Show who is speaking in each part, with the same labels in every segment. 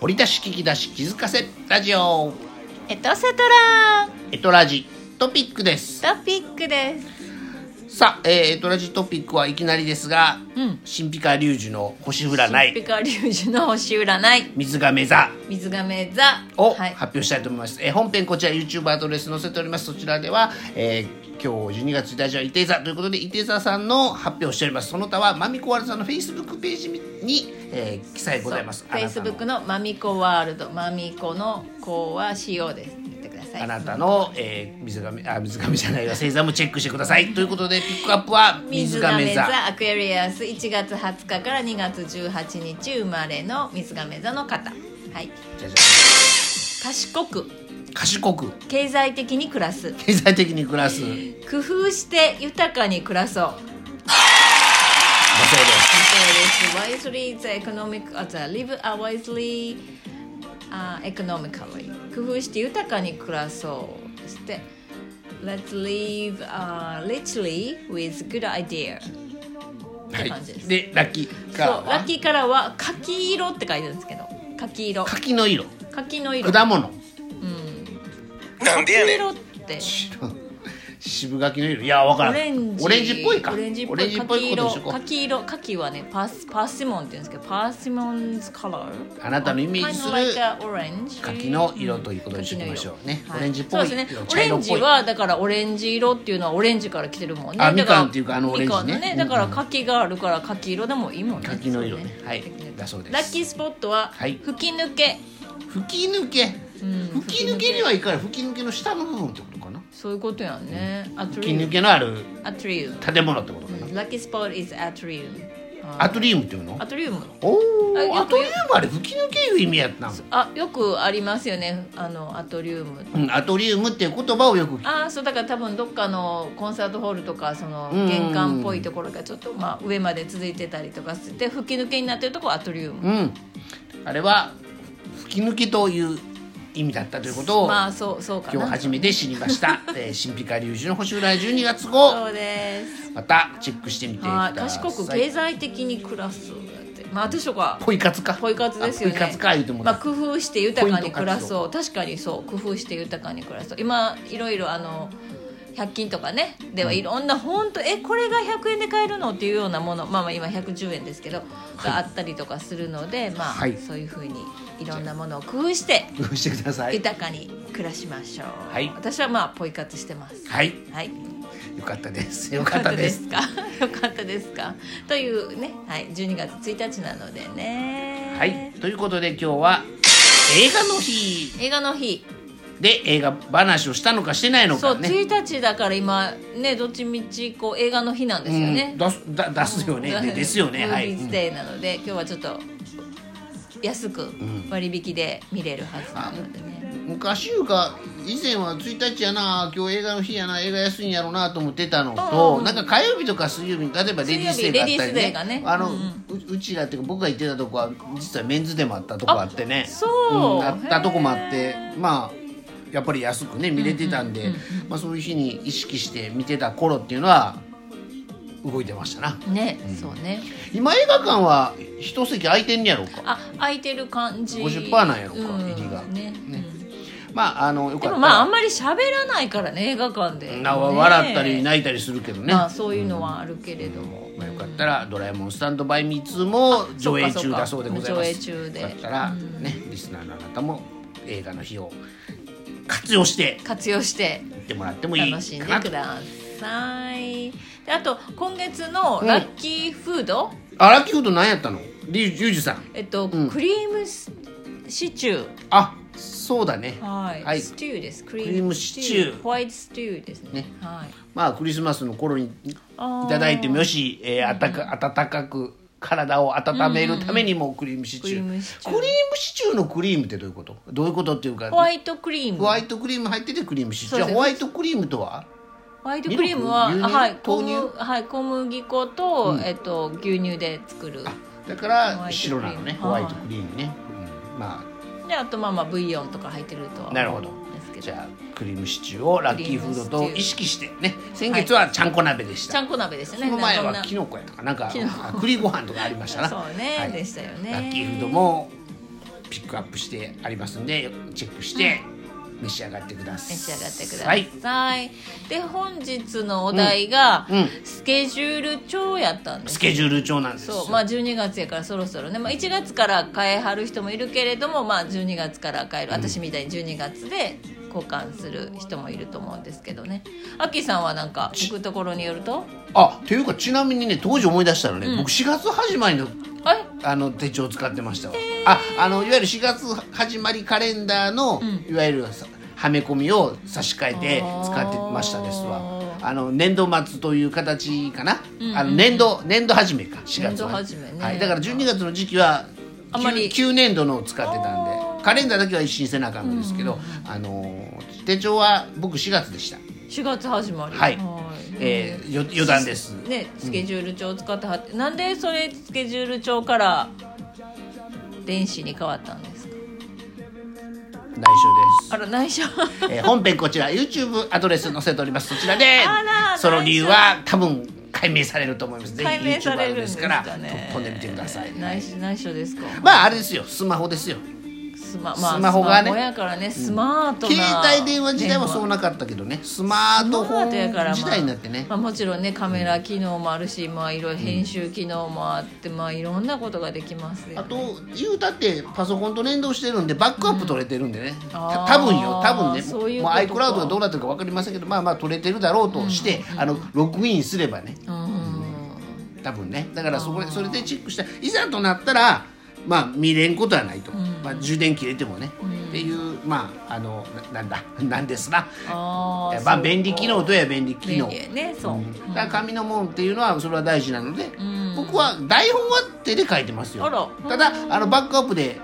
Speaker 1: 掘り出し聞き出し気づかせラジオ
Speaker 2: エトセトラ
Speaker 1: エトラジトピックです
Speaker 2: トピックです
Speaker 1: さあ、えー、エトラジトピックはいきなりですが、
Speaker 2: うん
Speaker 1: 神秘家龍樹の星占
Speaker 2: ピ
Speaker 1: い
Speaker 2: カリュウジの星占い
Speaker 1: 水が座
Speaker 2: 水亀座
Speaker 1: を
Speaker 2: はい
Speaker 1: 発表したいと思います、えー本編こちら YouTube アドレス載せておりますそちらでは、えー今日12月1日は伊手座ということで伊手座さんの発表をしておりますその他はまみこわるさんの Facebook ページに、えー記載ございます
Speaker 2: フェイスブックのマミコワールドマミコの子は CO です見てください
Speaker 1: あなたの、えー、水亀あ水亀じゃないわ星座もチェックしてくださいということでピックアップは水
Speaker 2: 水亀
Speaker 1: 亀座
Speaker 2: 座アクエリアス1月20日から2月18日生まれの水亀座の方はい
Speaker 1: じゃじ
Speaker 2: 賢く
Speaker 1: ゃん賢く
Speaker 2: 経済的に暮らす
Speaker 1: 経済的に暮らす女性で
Speaker 2: 工夫して豊かに暮らそうそうです wisely the economic as a live a wisely、uh, economically 工夫して豊かに暮らそうそして Let's live、uh, richly with good idea
Speaker 1: す
Speaker 2: って
Speaker 1: は
Speaker 2: 感じです
Speaker 1: いでラッキー
Speaker 2: そ
Speaker 1: カ
Speaker 2: う
Speaker 1: ー
Speaker 2: ラッ
Speaker 1: は
Speaker 2: キーカラーは柿色って書いてあるんですけど柿色
Speaker 1: 柿の色
Speaker 2: 柿の色
Speaker 1: 果物
Speaker 2: 柿色って
Speaker 1: 白渋柿の色いやわから
Speaker 2: オ
Speaker 1: ん
Speaker 2: レンジ
Speaker 1: オレンジっぽいか
Speaker 2: オレンジっぽ
Speaker 1: オレン
Speaker 2: い
Speaker 1: ジっぽい
Speaker 2: 柿
Speaker 1: ことにし
Speaker 2: 色
Speaker 1: とこう
Speaker 2: 柿色柿はねパースパーシモンって言うんですけどパーシモンズカラー
Speaker 1: あなたのイメージする
Speaker 2: Kind of like a orange
Speaker 1: 柿の色ということにしておきましょうね
Speaker 2: 柿の
Speaker 1: オ
Speaker 2: 色
Speaker 1: レンジっぽい
Speaker 2: そうですねオ
Speaker 1: 茶
Speaker 2: レ
Speaker 1: 色っぽい
Speaker 2: ンジはだからオレンジ色っていうのはオレンジから来てるもん
Speaker 1: あ
Speaker 2: ねだら
Speaker 1: みかんっていうかあのオレンジね
Speaker 2: みかんの
Speaker 1: うん
Speaker 2: だから柿があるから柿色でもいいもんね
Speaker 1: 柿の色ね
Speaker 2: そう
Speaker 1: はい
Speaker 2: 柿の色
Speaker 1: だそうです
Speaker 2: ラッキースポットは
Speaker 1: はい
Speaker 2: 吹き抜け
Speaker 1: 吹き抜け
Speaker 2: うん
Speaker 1: 吹き抜けにはいかない吹き抜けの下の部分ってことかな
Speaker 2: そういうことやんねアト
Speaker 1: 吹き
Speaker 2: リウ
Speaker 1: 抜
Speaker 2: ム
Speaker 1: けのある
Speaker 2: アトリウム
Speaker 1: 建物ってことかな
Speaker 2: ラッキースポット is アトリウム
Speaker 1: アトリウムっていうの
Speaker 2: アトリウム
Speaker 1: お
Speaker 2: あ
Speaker 1: お
Speaker 2: よく
Speaker 1: アトリウムあれ吹き抜けいう意味やったん
Speaker 2: あよくありますよねあのアトリウム
Speaker 1: うんアトリウムっていう言葉をよく聞く
Speaker 2: ああそうだから多分どっかのコンサートホールとかその
Speaker 1: うん
Speaker 2: 玄関っぽいところがちょっと、まあ、上まで続いてたりとかして吹き抜けになってるとこはアトリウム、
Speaker 1: うんあれは吹き抜けという意味だったということを
Speaker 2: まあそうそうか
Speaker 1: 今日
Speaker 2: な
Speaker 1: 初めて知りま した、えー、神秘家龍二の星占い12月号
Speaker 2: そうです
Speaker 1: またチェックしてみてく
Speaker 2: は
Speaker 1: だ
Speaker 2: い
Speaker 1: さい
Speaker 2: 賢く経済的に暮らすだってまあ私とか
Speaker 1: ポイ活か
Speaker 2: ポイ活ですよね
Speaker 1: あポイ活か言うても
Speaker 2: ま
Speaker 1: ら
Speaker 2: あ、
Speaker 1: った
Speaker 2: 工夫して豊かに暮らそう確かにそう工夫して豊かに暮らそう今いろいろあの100均とかねではいろんな本当えこれが100円で買えるのっていうようなものまあまあ今110円ですけど、があったりとかするのでまあ、
Speaker 1: はい
Speaker 2: そういうふうにいろんなものを工夫して
Speaker 1: 工夫してください
Speaker 2: 豊かに暮らしましょう、
Speaker 1: はい
Speaker 2: 私はまあポイ活してます
Speaker 1: はい
Speaker 2: はい
Speaker 1: よかったですよかったです
Speaker 2: よかったですか よかったですかというね、はい、12月1日なのでね
Speaker 1: はいということで今日は映画の日
Speaker 2: 映画の日
Speaker 1: で映画話をしたのかしてないの
Speaker 2: そ
Speaker 1: か
Speaker 2: う、
Speaker 1: ね
Speaker 2: 1日だから今ねどっちみちこう映画の日なんですよね
Speaker 1: ん、、出すだ出すよね、でですよね
Speaker 2: ム
Speaker 1: は
Speaker 2: ー
Speaker 1: い、
Speaker 2: ビーズデイなので、今日はちょっと安く割引で見れるはずなのでね、
Speaker 1: うん昔いうか以前は1日やな今日映画の日やな映画安いんやろうなと思ってたの
Speaker 2: うん
Speaker 1: と、
Speaker 2: うん
Speaker 1: なんか火曜日とか水曜日に例えばレディースデーがあったり
Speaker 2: 水曜日レディースデ
Speaker 1: ね
Speaker 2: ーがね
Speaker 1: あの、
Speaker 2: う
Speaker 1: うんうちらっていうか僕が行ってたとこは実はメンズでもあったとこあってね
Speaker 2: あそ
Speaker 1: う
Speaker 2: う
Speaker 1: んあったとこもあってまあやっぱり安くね見れてたんで、まあ、そういう日に意識して見てた頃っていうのは動いてましたな
Speaker 2: ね、そうね
Speaker 1: 今映画館は一席空いてんねやろうか
Speaker 2: あ空いてる感じ
Speaker 1: 50%なんやろか
Speaker 2: うん
Speaker 1: 入りが
Speaker 2: ね
Speaker 1: ねまああのよ
Speaker 2: うんで
Speaker 1: かった
Speaker 2: も
Speaker 1: ら
Speaker 2: まああんまり喋らないからね映画館で、
Speaker 1: な
Speaker 2: ね
Speaker 1: 笑ったり泣いたりするけどね、
Speaker 2: まあそういうのはあるけれども、
Speaker 1: まあ、よかったら「ドラえもんスタンドバイミー2」も上映中だそうでございます
Speaker 2: 上映中で
Speaker 1: よかったらね、リスナーのあなたも映画の日を活用して
Speaker 2: 活用して
Speaker 1: 行ってもらってもいいか
Speaker 2: 楽
Speaker 1: な
Speaker 2: しんでくださいであと今月の
Speaker 1: うん
Speaker 2: ラッキーフード、
Speaker 1: あラッキーフード何やったのリュリュウジさん
Speaker 2: えっと、
Speaker 1: うん
Speaker 2: クリームシシチュ
Speaker 1: あそうだね
Speaker 2: ーはい、
Speaker 1: はい
Speaker 2: スチューですク
Speaker 1: クリームシチュー
Speaker 2: ホワイトシチューですね
Speaker 1: ね
Speaker 2: はい
Speaker 1: まあクリスマスの頃にい
Speaker 2: あー
Speaker 1: ただいてもよし、えーあたか温かく体を温めるためにもクリームシチュー、
Speaker 2: クリームシチュー
Speaker 1: クリームシチューのクリームってどういうことどういうことっていうか
Speaker 2: ホワイトクリーム
Speaker 1: ホワイトクリーム入っててクリームシチュー
Speaker 2: そう
Speaker 1: じゃ
Speaker 2: です
Speaker 1: あホワイトクリームとは
Speaker 2: ホワイトクリームは
Speaker 1: ミルク
Speaker 2: あはい
Speaker 1: 牛乳
Speaker 2: 小麦
Speaker 1: 豆
Speaker 2: はい小麦粉と、えっと牛乳で作る
Speaker 1: だか
Speaker 2: ホワイトクリー
Speaker 1: ら
Speaker 2: ム
Speaker 1: 白なのね
Speaker 2: はい
Speaker 1: ホワイトクリームね、うんま
Speaker 2: であとまあまあブイヨンとか入ってるとは
Speaker 1: あなるほど
Speaker 2: 思うんですけど
Speaker 1: じゃあクリームシチューをラッキーフードと意識してね先月はちゃんこ鍋でし
Speaker 2: ちゃ
Speaker 1: た、
Speaker 2: んこ鍋です
Speaker 1: そ
Speaker 2: ね
Speaker 1: の前は
Speaker 2: なんか
Speaker 1: きのこやとかなんか
Speaker 2: きのこ
Speaker 1: あ栗ご飯とかありましたな
Speaker 2: そうね
Speaker 1: はい
Speaker 2: でしたよね
Speaker 1: ラッキーフードもピックアップしてありますんでチェックして召し上がってくださ
Speaker 2: 召
Speaker 1: い。
Speaker 2: し上がってくだ
Speaker 1: は
Speaker 2: さい
Speaker 1: い、
Speaker 2: で本日のお題が、
Speaker 1: うんうん
Speaker 2: スケジュール帳やったんです
Speaker 1: スケジュール帳なんですよ
Speaker 2: そうまあ12月やからそろそろね、まあ、1月から変えはる人もいるけれども、まあ、12月から変える私みたいに12月で交換する人もいると思うんですけどねアッキーさんはなんか聞くところによると
Speaker 1: あというかちなみにね当時思い出したらね、
Speaker 2: うん
Speaker 1: 僕4月始まりの
Speaker 2: あれ
Speaker 1: あの手帳を使ってましたわああのいわゆる4月始まりカレンダーの、
Speaker 2: う
Speaker 1: いわゆるさはめ込みを差し替えて使ってましたですわ
Speaker 2: あー
Speaker 1: あの年度末という形かな、
Speaker 2: うんうん
Speaker 1: あの年度年度始めか4月は
Speaker 2: 年度始めね
Speaker 1: はい、だから12月の時期は
Speaker 2: あんまり
Speaker 1: 旧旧年度のを使ってたんで
Speaker 2: あー
Speaker 1: カレンダーだけは一新せなあかんのですけど、あのー手帳は僕4月でした、
Speaker 2: 4月始まり
Speaker 1: はい
Speaker 2: はい
Speaker 1: えー、よ余談です
Speaker 2: ね、スケジュール帳を使ってはって、なんでそれスケジュール帳から電子に変わったんですか
Speaker 1: 内緒です
Speaker 2: あら内緒
Speaker 1: えー本編こちら YouTube アドレス載せておりますそちらで
Speaker 2: あら
Speaker 1: その理由は多分解明されると思いますぜひ
Speaker 2: 解明
Speaker 1: YouTube
Speaker 2: さ
Speaker 1: アド
Speaker 2: れるん
Speaker 1: レ
Speaker 2: で
Speaker 1: ス
Speaker 2: す
Speaker 1: から
Speaker 2: かね
Speaker 1: 飛んでみてください
Speaker 2: 内緒内緒ですか
Speaker 1: まああれですよスマホですよ
Speaker 2: スマ,、まあ、
Speaker 1: スマホがね
Speaker 2: スマホやからねスマートな、
Speaker 1: 携帯電話時代はそうなかったけどねスマートフォン時代になってね
Speaker 2: まあ、もちろんねカメラ機能もあるし、まあ、いろいろ編集機能もあって、まあ、いろんなことができますよ、
Speaker 1: あ
Speaker 2: ね、
Speaker 1: と言うたってパソコンと連動してるんでバックアップ取れてるんでね、た
Speaker 2: あー
Speaker 1: 多分よ多分ね
Speaker 2: そういう
Speaker 1: も
Speaker 2: こ
Speaker 1: う
Speaker 2: とか
Speaker 1: iCloud がどうなってるか分かりませんけどまあまあ取れてるだろうとして、あのログインすればね
Speaker 2: うん
Speaker 1: 多分ねだからそこでそれでチェックしたいざとなったらまあ見れんことはないと、まあ、充電切れてもね、っていうまああのななんだ なんですな
Speaker 2: あー
Speaker 1: まあ
Speaker 2: そう
Speaker 1: 便利機能といえば便利機能
Speaker 2: 便利やねそう、
Speaker 1: だから紙のもんっていうのはそれは大事なので、
Speaker 2: ん
Speaker 1: 僕は台本は手で書いてますよ
Speaker 2: あら
Speaker 1: ただあのバックアップで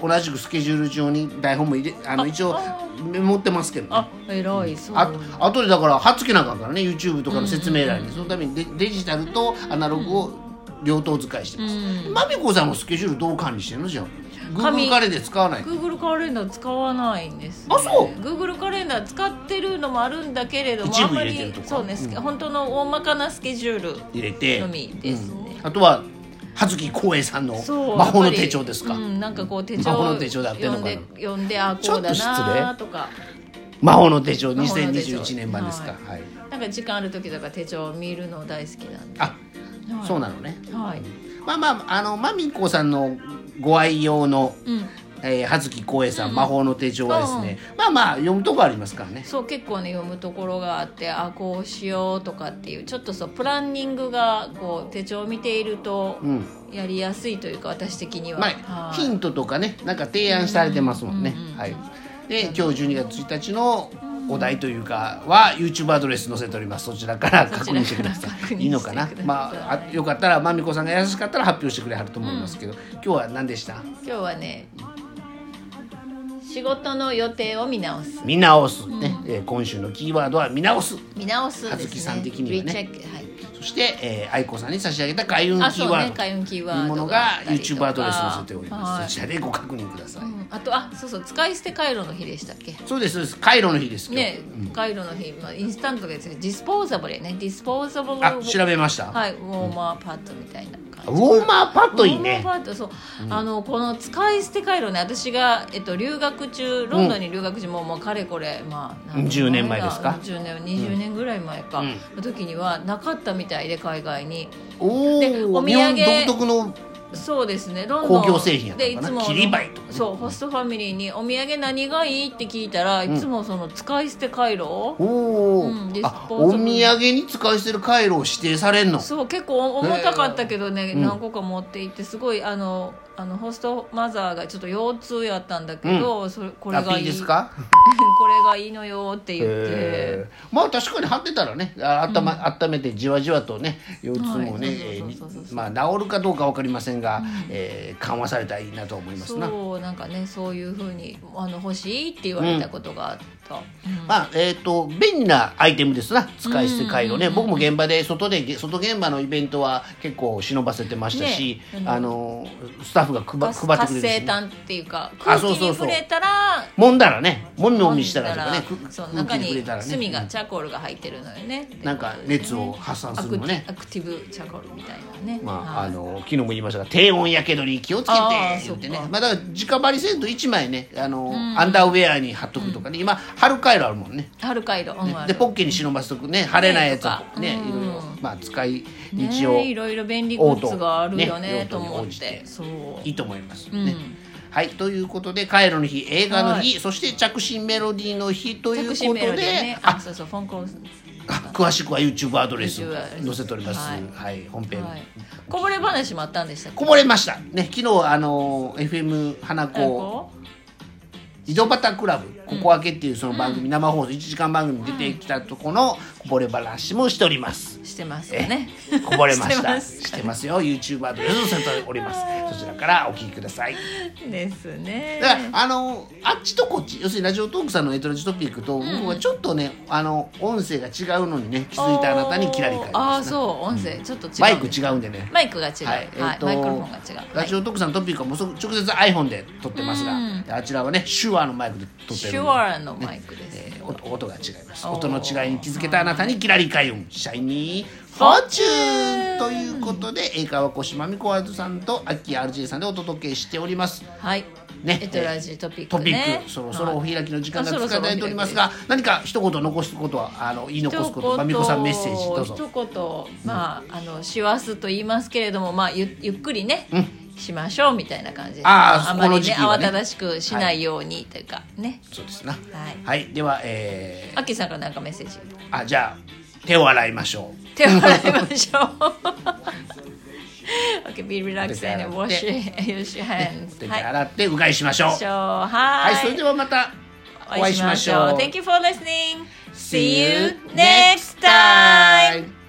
Speaker 1: 同じくスケジュール上に台本も入れあの一応
Speaker 2: あ
Speaker 1: 持ってますけどね
Speaker 2: あ偉いそう
Speaker 1: ああとでだから貼っつけなあかんからね YouTube とかの説明欄に、そのためにデデジタルとアナログを両頭使いしてます、まみこさんもスケジュールどう管理してるのじゃあ Google
Speaker 2: 紙
Speaker 1: カレンダー使わない
Speaker 2: Google カレンダー使わないんです、ね、
Speaker 1: あそう
Speaker 2: Google カレンダー使ってるのもあるんだけれども
Speaker 1: 一
Speaker 2: あん
Speaker 1: 部
Speaker 2: ま
Speaker 1: 入れてる
Speaker 2: り
Speaker 1: とか
Speaker 2: そうね、すけ本当の大まかなスケジュール
Speaker 1: 入れて
Speaker 2: のみですね
Speaker 1: あとは葉月光栄さんの
Speaker 2: そう
Speaker 1: 魔法の手帳ですか、
Speaker 2: やっぱりうん、なんかこう手
Speaker 1: 魔
Speaker 2: 帳
Speaker 1: 法の手帳で合ってんの
Speaker 2: 読
Speaker 1: か
Speaker 2: ん
Speaker 1: な
Speaker 2: で読んであ
Speaker 1: ちょ
Speaker 2: こ
Speaker 1: っ
Speaker 2: う
Speaker 1: と
Speaker 2: だ
Speaker 1: 失礼
Speaker 2: なとか
Speaker 1: 魔法の手帳
Speaker 2: 魔法の手帳
Speaker 1: 2021年版ですかはい、
Speaker 2: なんか時間ある時とか手帳を見るの大好きなんで、
Speaker 1: あ、
Speaker 2: はい
Speaker 1: そうなのね
Speaker 2: はい
Speaker 1: まあまああのまみこさんのご愛用の、
Speaker 2: うん、
Speaker 1: えー、葉月光栄さん、魔法の手帳はですね、まあまあ読むとこありますからね
Speaker 2: そう結構ね読むところがあってあこうしようとかっていうちょっとそうプランニングがこう手帳を見ていると
Speaker 1: うん
Speaker 2: やりやすいというか私的には、
Speaker 1: まあ、
Speaker 2: はい
Speaker 1: ヒントとかねなんか提案されてますもんね、はい、で今日12月1日のお題というかは YouTube アドレス載せておりますそちらから確認してくださ
Speaker 2: そちらから確認し
Speaker 1: い
Speaker 2: てください
Speaker 1: いいのかなまああよかったらまみこさんが優しかったら発表してくれはると思いますけど、今日は何でした
Speaker 2: 今日はね仕事の予定を見直す
Speaker 1: 見直す、ねえー今週のキーワードは見直す
Speaker 2: 見直すですね
Speaker 1: 葉月さん的にはね
Speaker 2: リチェックはい
Speaker 1: そして、えー、愛子さんに差し上げた開運キ
Speaker 2: あ
Speaker 1: ー
Speaker 2: そう
Speaker 1: ワ
Speaker 2: ね
Speaker 1: ード
Speaker 2: 開運キー
Speaker 1: と
Speaker 2: ワ
Speaker 1: いう
Speaker 2: ー
Speaker 1: も
Speaker 2: ド
Speaker 1: の
Speaker 2: が
Speaker 1: が
Speaker 2: あったりと
Speaker 1: YouTube
Speaker 2: か
Speaker 1: アドレス載せております、
Speaker 2: はい
Speaker 1: そちらでご確認ください、
Speaker 2: うんあとあそうそう使い捨てカイロの日でしたっけ
Speaker 1: そうですそうですカイロの日です今日、
Speaker 2: ねカイロの日、まあ、インスタントですねディスポーザブルやねディスポーザブル
Speaker 1: あ調べました、
Speaker 2: はいウォーマーパッドみたいな感じ
Speaker 1: ウォーマーパッドいいね
Speaker 2: ウォーマーパッドそう、あのこの使い捨てカイロね私が、えっと、留学中ロンドンに留学中、もうもうかれこれまあ何
Speaker 1: 10年前ですか
Speaker 2: 10年20年ぐらい前か、
Speaker 1: うん
Speaker 2: の時にはなかったみたいで海外に
Speaker 1: おお
Speaker 2: でお土産
Speaker 1: 日本独特の
Speaker 2: そうですねロンドン
Speaker 1: 工業製品やった
Speaker 2: で
Speaker 1: の
Speaker 2: い
Speaker 1: か
Speaker 2: つ
Speaker 1: な
Speaker 2: も
Speaker 1: 切りばいと
Speaker 2: そうホストファミリーにお土産何がいいって聞いたら、いつもその使い捨てカイロ
Speaker 1: おお、
Speaker 2: うんディ
Speaker 1: あ
Speaker 2: ス
Speaker 1: お
Speaker 2: ポ
Speaker 1: 土
Speaker 2: ーザブル
Speaker 1: 産に使い捨てる回路を指定されんの
Speaker 2: そう結構重たかったけどね、何個か持っていってすごいあのあのホストマザーがちょっと腰痛やったんだけど、それこれ
Speaker 1: ラ
Speaker 2: が
Speaker 1: ッ
Speaker 2: い
Speaker 1: ピー
Speaker 2: い
Speaker 1: ですか
Speaker 2: これがいい のよって言って
Speaker 1: えーまあ確かに貼ってたらねああった、ま温めてじわじわとね腰痛もね
Speaker 2: はい
Speaker 1: えーに
Speaker 2: そうそうそうそう
Speaker 1: まあ治るかどうかわかりませんが、えー緩和されたらいいなと思いますな。
Speaker 2: そうなんかねそういうふうにあの欲しいって言われたことがあって、と、
Speaker 1: まあえー、と便利なアイテムですな使い捨てカイロね、
Speaker 2: うん
Speaker 1: 僕も現場で外でげ外現場のイベントは結構忍ばせてましたし、
Speaker 2: ねうん
Speaker 1: あのスタッフが配
Speaker 2: 活
Speaker 1: 配ってくれる
Speaker 2: 性
Speaker 1: し
Speaker 2: 炭っていうか
Speaker 1: あ
Speaker 2: 空気
Speaker 1: そうそうそう
Speaker 2: に触れたら
Speaker 1: 揉んだらねもみもみしたらとかね
Speaker 2: 飲んだらそう
Speaker 1: 空
Speaker 2: 中
Speaker 1: 気に触れ
Speaker 2: に
Speaker 1: たら
Speaker 2: 炭が
Speaker 1: ね
Speaker 2: チャコールが入ってるのよね
Speaker 1: なんか熱を発散
Speaker 2: ア
Speaker 1: す
Speaker 2: クテ
Speaker 1: るのね
Speaker 2: ィアクティブチャコールみたいなね
Speaker 1: まあ、
Speaker 2: はい
Speaker 1: あの昨日も言いましたが低温やけどに気をつけて
Speaker 2: あー
Speaker 1: 言ってね
Speaker 2: そっか
Speaker 1: まあ、だから直張りせんと1枚ねあの、
Speaker 2: ん
Speaker 1: アンダーウェアに貼っとくとかね、今春回路あるもんね
Speaker 2: 春回路、うんある
Speaker 1: でポッケに忍ばせとくね貼れないやつはねい
Speaker 2: ねとか
Speaker 1: ろいろ
Speaker 2: う
Speaker 1: まあ使い
Speaker 2: ね
Speaker 1: 道を、
Speaker 2: いろいろ便利グッズがあるよ
Speaker 1: 応答
Speaker 2: ね
Speaker 1: ね
Speaker 2: と思
Speaker 1: 用途に応
Speaker 2: っ
Speaker 1: じ
Speaker 2: て
Speaker 1: て
Speaker 2: そう
Speaker 1: いいと思いますね。
Speaker 2: うん
Speaker 1: はいということで「カエロの日」映画の日、
Speaker 2: は
Speaker 1: そして着信メロディーの日という
Speaker 2: 着
Speaker 1: こと
Speaker 2: 信メ
Speaker 1: で、
Speaker 2: ロディーねあ
Speaker 1: あ
Speaker 2: そうそうフォンコン
Speaker 1: あ詳しくは YouTube アドレス
Speaker 2: YouTube アドレス
Speaker 1: 載せております、は
Speaker 2: はいい
Speaker 1: 本編、
Speaker 2: はいこぼれ話もあったんでしたっけ
Speaker 1: こぼれましたね昨日あの FM 花
Speaker 2: なんか
Speaker 1: 子
Speaker 2: こう
Speaker 1: 井戸端クラブ「ここ開け」っていうその番組、生放送1時間番組に出てきたとこのこぼれ話もしております
Speaker 2: してますよね
Speaker 1: えこぼれました
Speaker 2: して
Speaker 1: してますよ YouTube アドレス載せており ますそちらからお聞きください
Speaker 2: ますですね
Speaker 1: だからあのあっちとこっち要するにラジオトークさんのエトラジトピックと僕はちょっとね、あの音声が違うのにね気づいたあなたにキラリカリです、ね、
Speaker 2: ああーそう音声ちょっと違う
Speaker 1: マイク違うんでね
Speaker 2: マイクが違うはい、
Speaker 1: えーと
Speaker 2: マイクロフォンが違う
Speaker 1: ラジオトークさんのトピックはもうそ直接 iPhone で撮ってますが、
Speaker 2: うん
Speaker 1: あちらはね手話のマイクで撮って
Speaker 2: シ
Speaker 1: るの
Speaker 2: ュ
Speaker 1: で
Speaker 2: ワーのマイクです、
Speaker 1: えー音音が違います
Speaker 2: おー
Speaker 1: 音の違いに気づけたあなたにキラリ開運シャイニーフォーチューンということで英会話講師まみこわずさんとアッキー RJ さんでお届けしております
Speaker 2: はい
Speaker 1: ね
Speaker 2: エトラジトピッ
Speaker 1: ト
Speaker 2: ク
Speaker 1: ピ
Speaker 2: ね
Speaker 1: ックそろそろお
Speaker 2: はい
Speaker 1: 開きの時間が
Speaker 2: あそろそ
Speaker 1: 近
Speaker 2: ろ
Speaker 1: づいておりますが何か一言残すことはあの言い残すことまみこさんメッセージどうぞ
Speaker 2: 一言まああの師走と言いますけれどもまあゆゆっくりね、しましょうみたいな感じです
Speaker 1: あー
Speaker 2: あま
Speaker 1: この
Speaker 2: り
Speaker 1: 時
Speaker 2: ね
Speaker 1: 期は
Speaker 2: 慌
Speaker 1: ね
Speaker 2: ただしくしないようにというかね
Speaker 1: そうですなはい
Speaker 2: はい、
Speaker 1: では、え
Speaker 2: あきさんからなんかメッセージ
Speaker 1: ーあじゃあ手を洗いましょう
Speaker 2: 手を洗い ましょう OK be relaxed
Speaker 1: 手
Speaker 2: and
Speaker 1: を洗って
Speaker 2: wash your hands
Speaker 1: 手で
Speaker 2: はい
Speaker 1: 洗ってうがいしましょう、
Speaker 2: しょう
Speaker 1: は
Speaker 2: はい
Speaker 1: い、それではまた
Speaker 2: お
Speaker 1: お会
Speaker 2: 会
Speaker 1: い
Speaker 2: い
Speaker 1: し
Speaker 2: し
Speaker 1: ま
Speaker 2: ま
Speaker 1: し
Speaker 2: し
Speaker 1: ょ
Speaker 2: ょ
Speaker 1: う。
Speaker 2: う Thank you for listening See you next time